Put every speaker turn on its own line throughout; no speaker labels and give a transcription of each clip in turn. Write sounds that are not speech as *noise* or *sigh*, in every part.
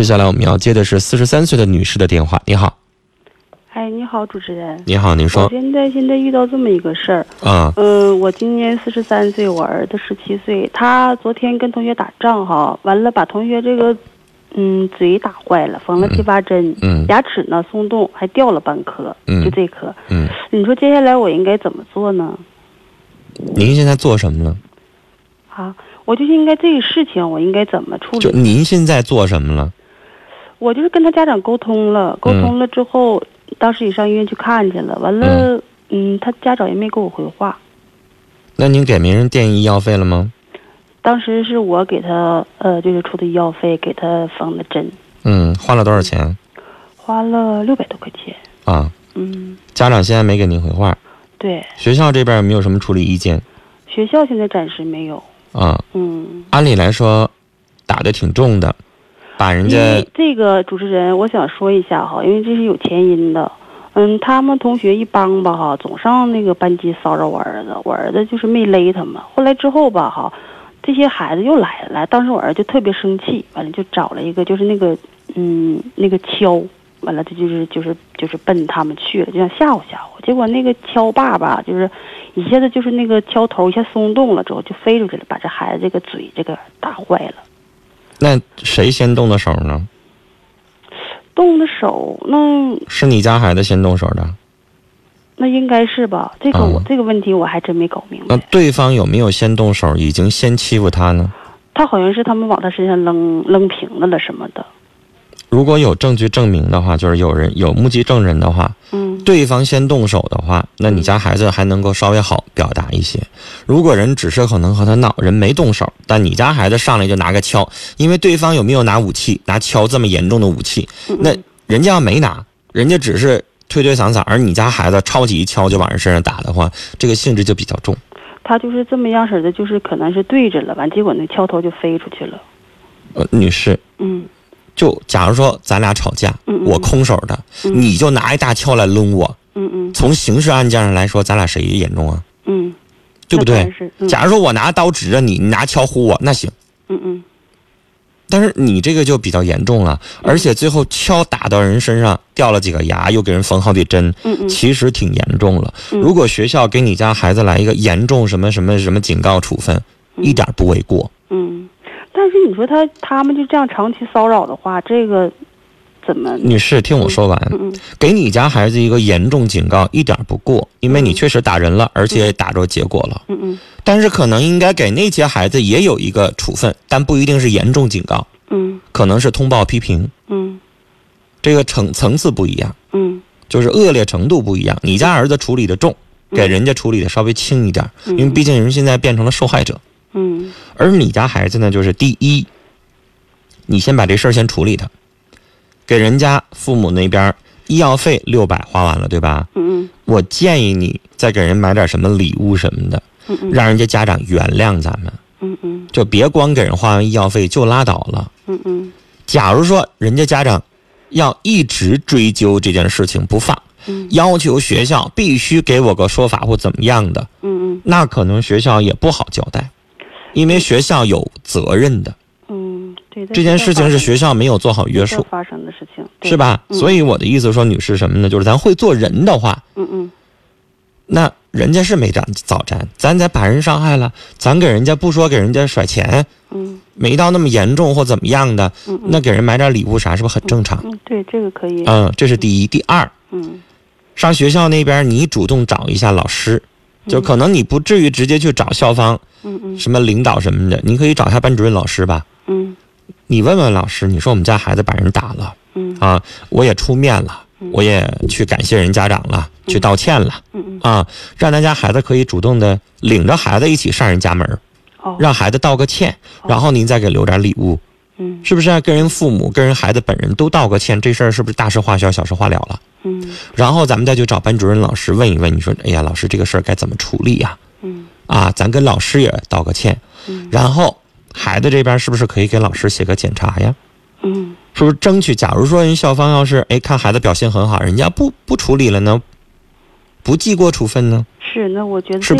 接下来我们要接的是四十三岁的女士的电话。你好，
哎，你好，主持人。
你好，您
我
说，
现在现在遇到这么一个事儿，
啊，
嗯，我今年四十三岁，我儿子十七岁。他昨天跟同学打仗哈，完了把同学这个，嗯，嘴打坏了，缝了
嗯
七八针，
嗯
牙齿呢松动，还掉了半颗，
嗯
就这颗。
嗯，
你说接下来我应该怎么做呢？
您现在做什么了？
啊，我就是应该这个事情，我应该怎么处
就
理？
您现在做什么了？
我就是跟他家长沟通了，
嗯
沟通了之后，当时也上医院去看去了，完了，嗯，他家长也没给我回话。
那您给别人垫医药费了吗？
当时是我给他呃，就是出的医药费，给他缝的针，
嗯，花了多少钱？
花了六百多块钱。
啊，
嗯，
家长现在没给您回话，
对，
学校这边有没有什么处理意见？
学校现在暂时没有。
啊，
嗯，
按理来说，打的挺重的，把人
因
家
为这个主持人，我想说一下哈，因为这是有前因的。嗯，他们同学一帮吧哈，总上那个班级骚扰我儿子，我儿子就是没勒他们。后来之后吧哈，这些孩子又来了，当时我儿子就特别生气，完了就找了一个就是那个嗯那个锹，完了这就是就是就是奔他们去了，就想吓唬吓唬。结果那个锹把吧，就是一下子就是那个锹头一下松动了之后就飞出去了，把这孩子这个嘴这个打坏了。
那谁先动的手呢？
动的手，那
是你家孩子先动手的？
那应该是吧？这个
嗯
我、这个问题我还真没搞明
那
白。
对方有没有先动手，已经先欺负他呢？
他好像是他们往他身上扔扔瓶子了什么的。
如果有证据证明的话，就是有人有目击证人的话，
嗯
对方先动手的话，那你家孩子还能够稍微好表达一些。如果人只是可能和他闹，人没动手，但你家孩子上来就拿个锹，因为对方有没有拿武器，拿锹这么严重的武器，
嗯，
那人家要没拿，人家只是推推搡搡，而你家孩子抄起一锹就往人身上打的话，这个性质就比较重。
他就是这么样式儿的，就是可能是对着了，完结果那锹头就飞出去了。
呃，女士，
嗯
就假如说咱俩吵架，
嗯嗯
我空手的，
嗯
你就拿一大锹来抡我，
嗯嗯
从刑事案件上来说，咱俩谁严重啊？
嗯，
对不
那
对
当然？是嗯
假如说我拿刀指着你，你拿锹呼我，那行。
嗯嗯
但是你这个就比较严重了，
嗯
而且最后锹打到人身上，掉了几个牙，又给人缝好几针，
嗯嗯
其实挺严重了。
嗯
如果学校给你家孩子来一个严重什么什么什么警告处分，
嗯
一点不为过。
嗯，但是你说他他们就这样长期骚扰的话，这个怎么？
女士，听我说完，
嗯
给你家孩子一个严重警告一点不过，因为你
嗯
确实打人了，而且打着结果了。
嗯嗯
但是可能应该给那些孩子也有一个处分，但不一定是严重警告，
嗯
可能是通报批评，
嗯
这个层层次不一样。
嗯
就是恶劣程度不一样。你家儿子处理的重，
嗯
给人家处理的稍微轻一点儿，
嗯
因为毕竟人现在变成了受害者。
嗯
而你家孩子呢，就是第一，你先把这事儿先处理他，给人家父母那边儿医药费六百花完了，对吧？
嗯
我建议你再给人买点什么礼物什么的，
嗯嗯
让人家家长原谅咱们，
嗯嗯
就别光给人花完医药费就拉倒了。
嗯嗯
假如说人家家长要一直追究这件事情不放，
嗯
要求学校必须给我个说法或怎么样的，
嗯
那可能学校也不好交代，因为学校有责任的。
嗯，对，
这件事情是学校没有做好约束，
发生的事情，
是？吧？
嗯
所以我的意思说，女士什么呢？就是咱会做人的话，
嗯嗯
那人家是没沾早沾，咱再把人伤害了，咱给人家不说给人家甩钱，
嗯
没到那么严重或怎么样的，
嗯，
那给人买点礼物啥是不是很正常？
嗯对这个可以，
嗯，这是第一。第二，
嗯
上学校那边你主动找一下老师，就可能你不至于直接去找校方
嗯嗯
什么领导什么的，你可以找一下班主任老师吧。
嗯
你问问老师，你说我们家孩子把人打了
嗯
啊，我也出面了，我也去感谢人家长了，去道歉了
嗯嗯
啊，让咱家孩子可以主动的领着孩子一起上人家门儿，
哦，
让孩子道个歉，然后您再给留点礼物，
嗯
是不是、跟人父母、跟人孩子本人都道个歉，这事儿是不是大事化小，小事化了了？
嗯
然后咱们再去找班主任老师问一问，你说，哎呀，老师这个事儿该怎么处理呀、
嗯
啊，咱跟老师也道个歉，
嗯
然后孩子这边是不是可以给老师写个检查呀？
嗯
是不是争取？假如说人校方要是哎看孩子表现很好，人家不不处理了呢，不记过处分呢？
是，那我觉得最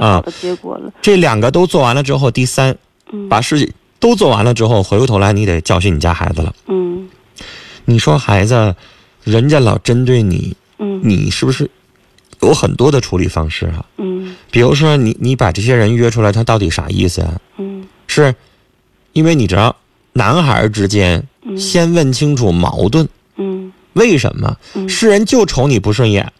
好的结果了，
这两个都做完了之后，第三，
嗯
把事情都做完了之后，回过头来你得教训你家孩子了。
嗯
你说孩子，人家老针对你，
嗯
你是不是有很多的处理方式啊？
嗯
比如说你，你把这些人约出来，他到底啥意思啊？
嗯
是因为你知道，男孩之间
嗯
先问清楚矛盾，
嗯
为什么
嗯
是人就瞅你不顺眼，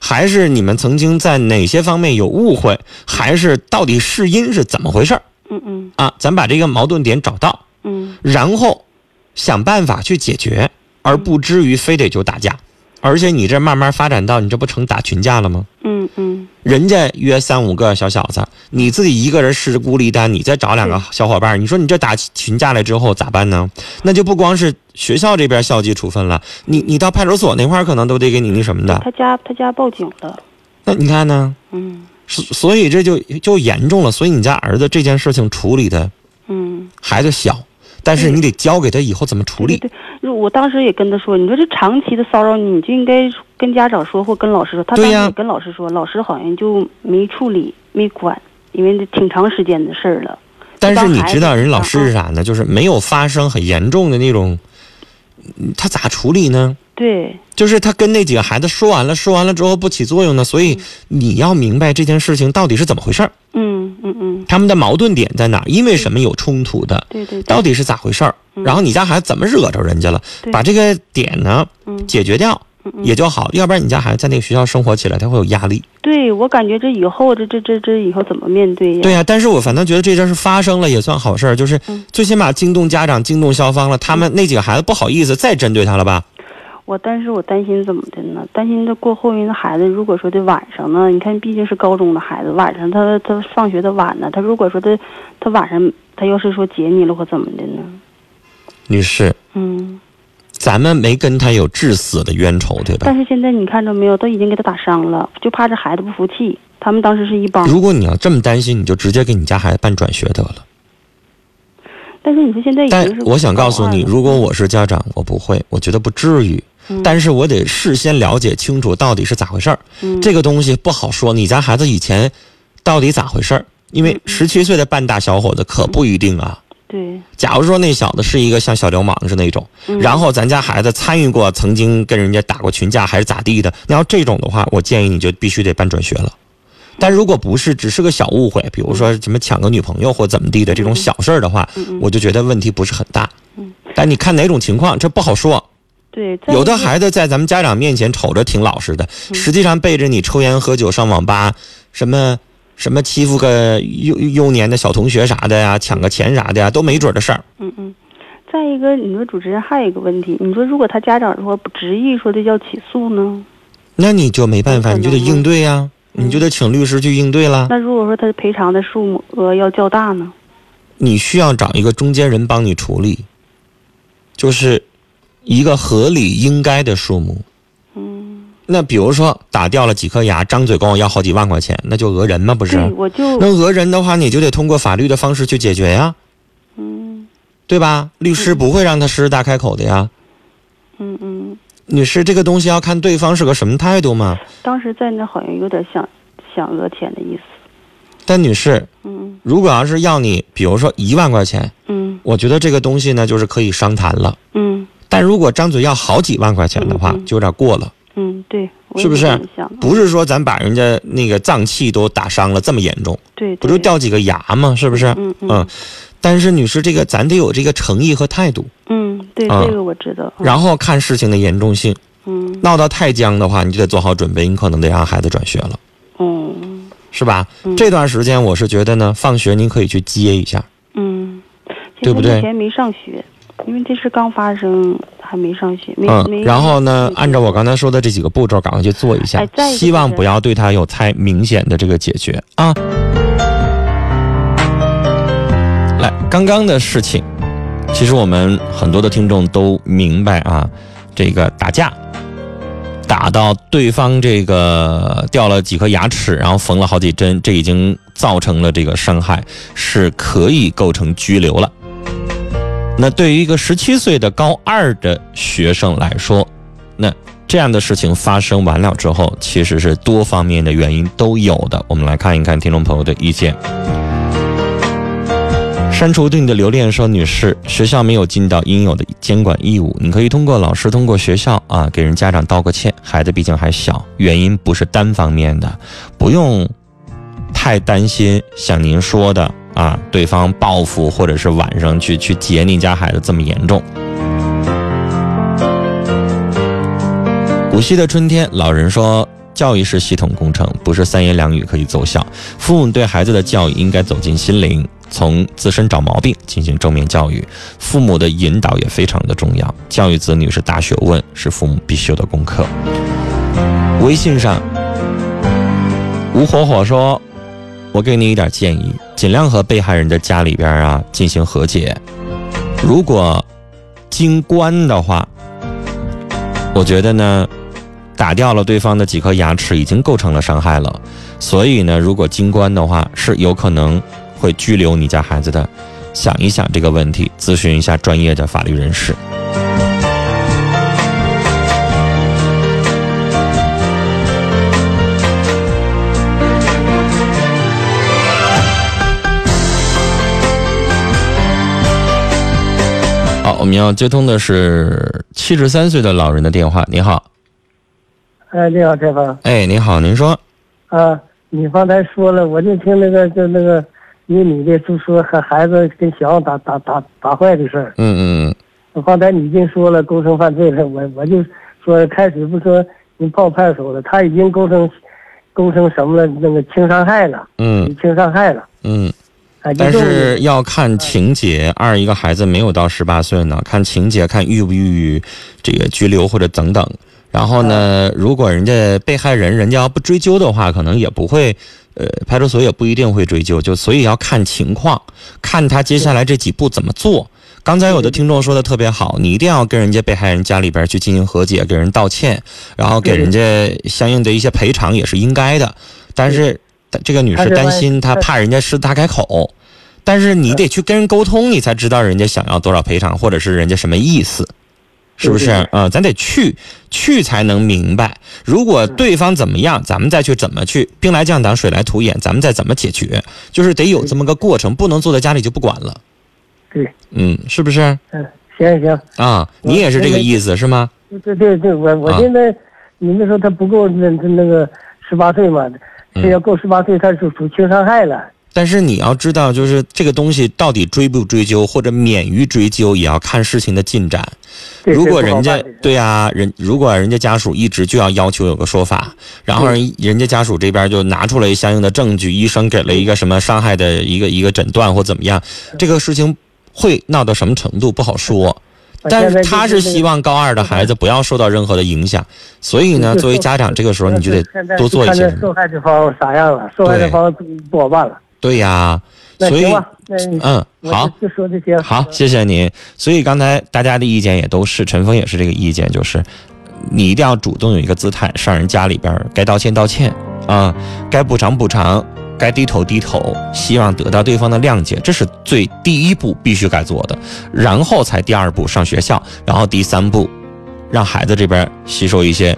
还是你们曾经在哪些方面有误会，还是到底是因是怎么回事儿
嗯嗯
啊？咱把这个矛盾点找到，
嗯
然后想办法去解决，而不至于非得就打架。而且你这慢慢发展到，你这不成打群架了吗？
嗯嗯
人家约三五个小小子，你自己一个人是孤立单，你再找
嗯
两个小伙伴儿，你说你这打群架来之后咋办呢？那就不光是学校这边校纪处分了，你你到派出所那块儿可能都得给你那什么的。
他家他家报警了，
那你看呢？
嗯
所所以这就就严重了。所以你家儿子这件事情处理的
嗯，
孩子小，但是你得教给他以后怎么处
对
理。
对对，我当时也跟他说，你说这长期的骚扰你，你就应该跟家长说或跟老师说。他当
对
时
呀
也跟老师说，老师好像就没处理没管，因为这挺长时间的事儿了。
但是你
帮孩
知道
子
人老
啊
师是啥呢？就是没有发生很严重的那种，嗯他咋处理呢？
对，
就是他跟那几个孩子说完了，说完了之后不起作用呢，所以你要明白这件事情到底是怎么回事儿，
嗯嗯嗯，
他们的矛盾点在哪儿，因为什么有冲突的，
对对对，
到底是咋回事儿，
嗯
然后你家孩子怎么惹着人家了，
对
把这个点呢
嗯
解决掉
嗯嗯
也就好，要不然你家孩子在那个学校生活起来他会有压力。
对我感觉这以后这这这这以后怎么面对呀？
对呀、但是我反正觉得这件事发生了也算好事儿，就是
嗯
最起码惊动家长、惊动校方了，他们那几个孩子不好意思再针对他了吧？
我但是我担心怎么的呢？担心这过后，人家孩子如果说这晚上呢，你看毕竟是高中的孩子，晚上他他上学的晚呢，他如果说他他晚上他要是说解你了或怎么的呢？
女士，
嗯，
咱们没跟他有致死的冤仇，对吧？
但是现在你看着没有，都已经给他打伤了，就怕这孩子不服气。他们当时是一帮，
如果你要这么担心，你就直接给你家孩子办转学得了。
但是你说现在已经
但
是
我想告诉你，
高二了
如果我是家长，我不会，我觉得不至于。
嗯
但是我得事先了解清楚到底是咋回事儿。
嗯
这个东西不好说，你家孩子以前到底咋回事儿？因
嗯
为十七岁的半大小伙子可不一定啊。
对，
假如说那小子是一个像小流氓似的那种，
嗯
然后咱家孩子参与过曾经跟人家打过群架还是咋地的，那要这种的话，我建议你就必须得办转学了。但如果不是，只是个小误会，比如说什么抢个女朋友或怎么地的这种小事儿的话，我就觉得问题不是很大
嗯。
但你看哪种情况，这不好说。
对，再
有的
一个
孩子在咱们家长面前瞅着挺老实的，
嗯
实际上背着你抽烟喝酒上网吧，什么什么欺负个幼幼年的小同学啥的呀，抢个钱啥的呀，都没准儿的事儿。
嗯嗯，再一个，你说主持人还有一个问题，你说如果他家长说不执意说的要起诉呢？
那你就没办法，
有可
你就得
能嗯
应对呀、你就得请律师去应对啦。
那如果说他赔偿的数额要较大呢？
你需要找一个中间人帮你处理，就是一个合理应该的数目。
嗯，
那比如说打掉了几颗牙，张嘴管我要好几万块钱，那就讹人嘛，不
对，
是？啊
我就
那讹人的话，你就得通过法律的方式去解决呀，
嗯
对吧？律师不会让他狮子大开口的呀。
嗯嗯，
女士，这个东西要看对方是个什么态度嘛。
当时在那好像有点想想讹钱的意思。
但女士，
嗯
如果要是要你，比如说一万块钱，
嗯
我觉得这个东西呢，就是可以商谈了。
嗯
但如果张嘴要好几万块钱的话
嗯，嗯
就有点过了。
嗯，对，我也
是不是啊
这么想的
不是说咱把人家那个脏器都打伤了这么严重，
对，
不就
对
掉几个牙吗？是不是？
嗯
嗯
嗯
但是女士，这个咱得有这个诚意和态度，
嗯，对，
嗯
这个我知道。嗯
然后看事情的严重性。
嗯
闹到太僵的话，你就得做好准备，你可能得让孩子转学了，
嗯
是吧？
嗯
这段时间我是觉得呢，放学您可以去接一下。
嗯，
对不对
现在目前没上学，因为这事刚发生，还没上学，没
嗯，
没。
然后呢
没，
按照我刚才说的这几个步骤，赶快去做一下
哎，再一个
希望
就是
不要对他有太明显的这个解决啊。来，刚刚的事情，其实我们很多的听众都明白啊，这个打架。打到对方这个掉了几颗牙齿，然后缝了好几针，这已经造成了这个伤害，是可以构成拘留了。那对于一个十七岁的高二的学生来说，那这样的事情发生完了之后，其实是多方面的原因都有的。我们来看一看听众朋友的意见。删除对你的留恋说：“女士，学校没有尽到应有的监管义务，你可以通过老师、通过学校啊，给人家长道个歉。孩子毕竟还小，原因不是单方面的，不用太担心。像您说的啊，对方报复或者是晚上去去劫你家孩子这么严重。”古稀的春天，老人说。教育是系统工程，不是三言两语可以奏效。父母对孩子的教育应该走进心灵，从自身找毛病进行正面教育。父母的引导也非常的重要。教育子女是大学问，是父母必修的功课。微信上，吴火火说：“我给你一点建议，尽量和被害人的家里边啊进行和解。如果经关的话，我觉得呢。”打掉了对方的几颗牙齿，已经构成了伤害了。所以呢，如果经关的话，是有可能会拘留你家孩子的。想一想这个问题，咨询一下专业的法律人士。好，我们要接通的是七十三岁的老人的电话。你好。
哎，你好，陈芳。
哎，你好，您说
啊，你刚才说了，我就听那个，就那个，一个女的就说和孩子跟小子打打打打坏的事儿。
嗯嗯
我刚才你已经说了构成犯罪了，我我就说开始不说您报派出所了，他已经构成构成什么了？那个轻伤害了，
嗯
轻伤害了。
嗯，
啊，就
但
这么
是要看情节。二一个孩子没有到十八岁呢，看情节，看遇不遇这个拘留或者等等。然后呢，如果人家被害人人家要不追究的话，可能也不会，呃，派出所也不一定会追究。就所以要看情况，看他接下来这几步怎么做。刚才有的听众说的特别好，你一定要跟人家被害人家里边去进行和解，给人道歉，然后给人家相应的一些赔偿也是应该的。但是这个女士担心
她
她
是
怕人家狮子大开口，但是你得去跟人沟通，你才知道人家想要多少赔偿，或者是人家什么意思，是不是
对
啊
对、
咱得去去才能明白。如果对方怎么样，咱们再去怎么去兵来将挡，水来土掩，咱们再怎么解决，就是得有这么个过程，不能坐在家里就不管了。
对，
嗯，是不是
嗯，行行，
啊？
我
你也是这个意思是吗？
对对对，我我
啊
现在、你们说他不够那那那个十八岁嘛？
嗯
这要够十八岁，他属属轻伤害了。
但是你要知道，就是这个东西到底追不追究，或者免于追究，也要看事情的进展。
对
如
这
果
不好
人家
办这事
对呀、人如果人家家属一直就要要求有个说法，然后人人家家属这边就拿出来相应的证据，医生给了一个什么伤害的一个一个诊断或怎么样，
嗯
这个事情会闹到什么程度不好说。
我
但
啊现在
是他
就是那个
希望高二的
嗯
孩子不要受到任何的影响，所以呢，
就是
作为家长这个时候你就得
嗯呃现在
多做一
看
些
这
什么。
受害这方啥样了，受害这方不不好办了。
对呀、
那
所以
行吧，那你
嗯，
我
好。
就就说这些。嗯
好，谢谢您。所以刚才大家的意见也都是，陈峰也是这个意见，就是你一定要主动有一个姿态，上人家里边儿该道歉道歉啊，该补偿补偿，该低头低头，希望得到对方的谅解，这是最第一步必须该做的，然后才第二步上学校，然后第三步让孩子这边儿吸收一些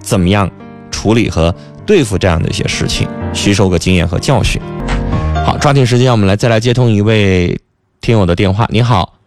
怎么样处理和对付这样的一些事情，吸收个经验和教训。好，抓紧时间，我们来再来接通一位呃听友的电话。您好，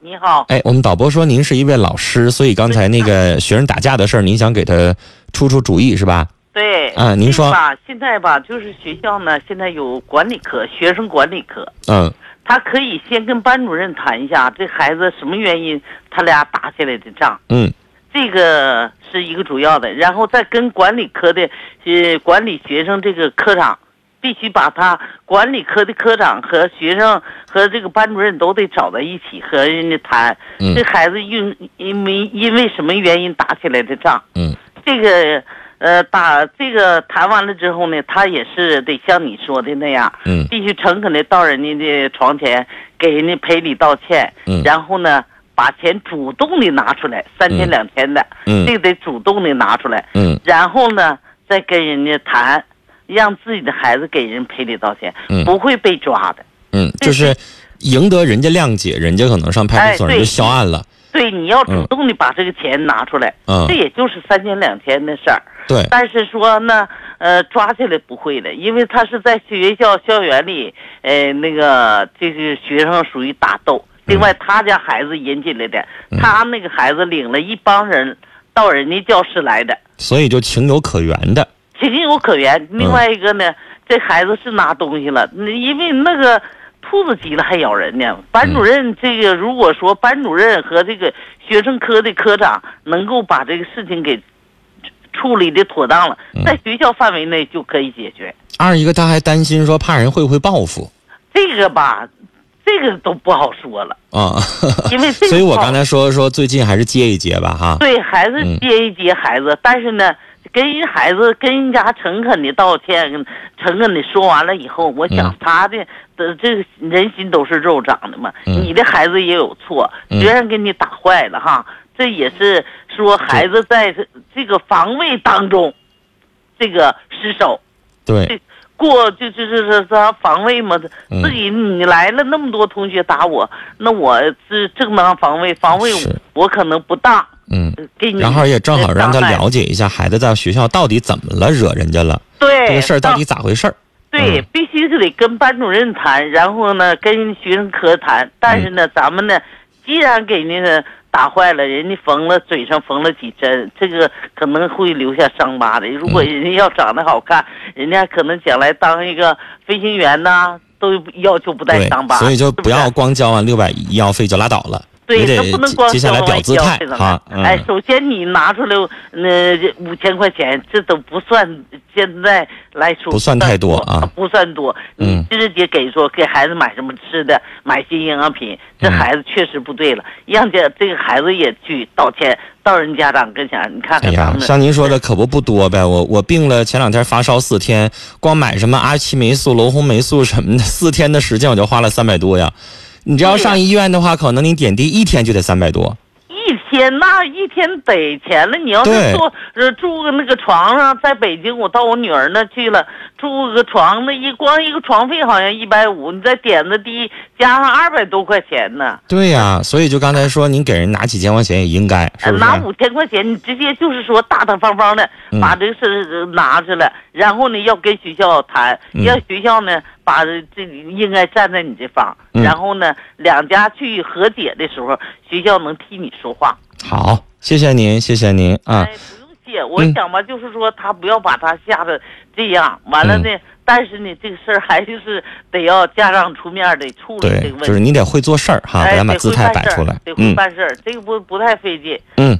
你好，
哎，我们导播说您是一位老师，所以刚才那个学生打架的事儿，您想给他出出主意是吧？
对，
啊您说
这个吧，现在吧，就是学校呢，现在有管理科，学生管理科，
嗯
他可以先跟班主任谈一下，这孩子什么原因他俩打起来的仗，
嗯
这个是一个主要的，然后再跟管理科的，呃，管理学生这个科长，必须把他管理科的科长和学生和这个班主任都得找在一起和人家谈，
嗯
这孩子因因为因为什么原因打起来的仗。
嗯
这个呃，打这个谈完了之后呢，他也是得像你说的那样，
嗯
必须诚恳的到人家的床前给人家赔礼道歉，
嗯
然后呢，把钱主动的拿出来，三天
嗯
两天的，
嗯
这个得主动的拿出来，
嗯
然后呢，再跟人家谈，让自己的孩子给人赔礼道歉，
嗯
不会被抓的。
嗯，就是赢得人家谅解，人家可能上派出所
哎
人就
对
销案了。
对，你要
嗯
主动的把这个钱拿出来，
嗯
这也就是三天两天的事儿。
对，
但是说呢，呃抓起来不会的，因为他是在学校校园里，呃，那个就是学生属于打斗。另外，他家孩子引起来的，他那个孩子领了一帮人到人家教室来的，
所以就情有可原的。
情有可原。另外一个呢，这孩子是拿东西了，那因为那个兔子急了还咬人呢。班主任这个，如果说班主任和这个学生科的科长能够把这个事情给处理的妥当了
嗯，
在学校范围内就可以解决。
二一个，他还担心说怕人会不会报复
这个吧，这个都不好说了，
啊， *laughs*
因为这个
所以我
不好
刚才说说最近还是接一接吧哈。
对孩子
嗯
接一接孩子，但是呢，跟人孩子跟人家诚恳的道歉，跟诚恳的说完了以后，我想
嗯
他的的、这个人心都是肉长的嘛，
嗯
你的孩子也有错，
嗯
别人给你打坏了哈，这也是说孩子在这这个防卫当中，这个失手。
对
对，过就就就是他防卫嘛，
嗯
自己你来了那么多同学打我，那我是正当防卫，防卫
是
我可能不当，
嗯，
给你
然后也正好让他
伤害
了解一下孩子在学校到底怎么了，惹人家了，
对
这个事儿到
当
底咋回事儿？
对
嗯，
必须是得跟班主任谈，然后呢跟学生科谈。但是
嗯
呢，咱们呢，既然给那个打坏了，人家缝了嘴上缝了几针，这个可能会留下伤疤的。如果
嗯
人家要长得好看，人家可能将来当一个飞行员呐、都要求不带
对
伤疤，，
所以就是不
是
要光交完六百医药费就拉倒了，你
对，那
得
不能光
接下来
消防
表姿
消
态
费的
哈。嗯
了哎，首先你拿出来那五千块钱，这都不算，现在来说
不算太多啊
不算多。
嗯
你直接给说给孩子买什么吃的，买些营养品，这
嗯
孩子确实不对了，让这这个孩子也去道歉，到人家长跟前儿，你看
哎
看咱
呀，
们。
像您说的可不不多呗，我我病了，前两天发烧四天，光买什么阿奇霉素、罗红霉素什么的，四天的时间我就花了三百多呀。你只要
对呀
上医院的话，可能你点滴一天就得三百多。
一天那一天得钱了，你要
对
是坐呃住个那个床上，在北京我到我女儿那去了，住个床那一光一个床费好像一百五，你再点个滴加上二百多块钱呢，
对呀、所以就刚才说，您给人拿几千块钱也应该，是不是？
拿五千块钱你直接就是说大大方方的
嗯
把这个事呃拿出来，然后呢要跟学校谈，
嗯
要学校呢把这应该站在你这方，
嗯
然后呢两家去和解的时候，学校能替你说话。
好，谢谢您，谢谢您啊
哎，，不用谢，我
嗯
想吧，就是说他不要把他吓得这样，完
嗯
了呢，但是呢，这个事儿还是得要家长出面儿得处理这
对
个问，题。
啊就是你得会做事儿哈，
哎，
咱
得
把
会
姿态
办
摆
事儿
出来
得，会
嗯
办事儿，这个不不太费劲。
嗯。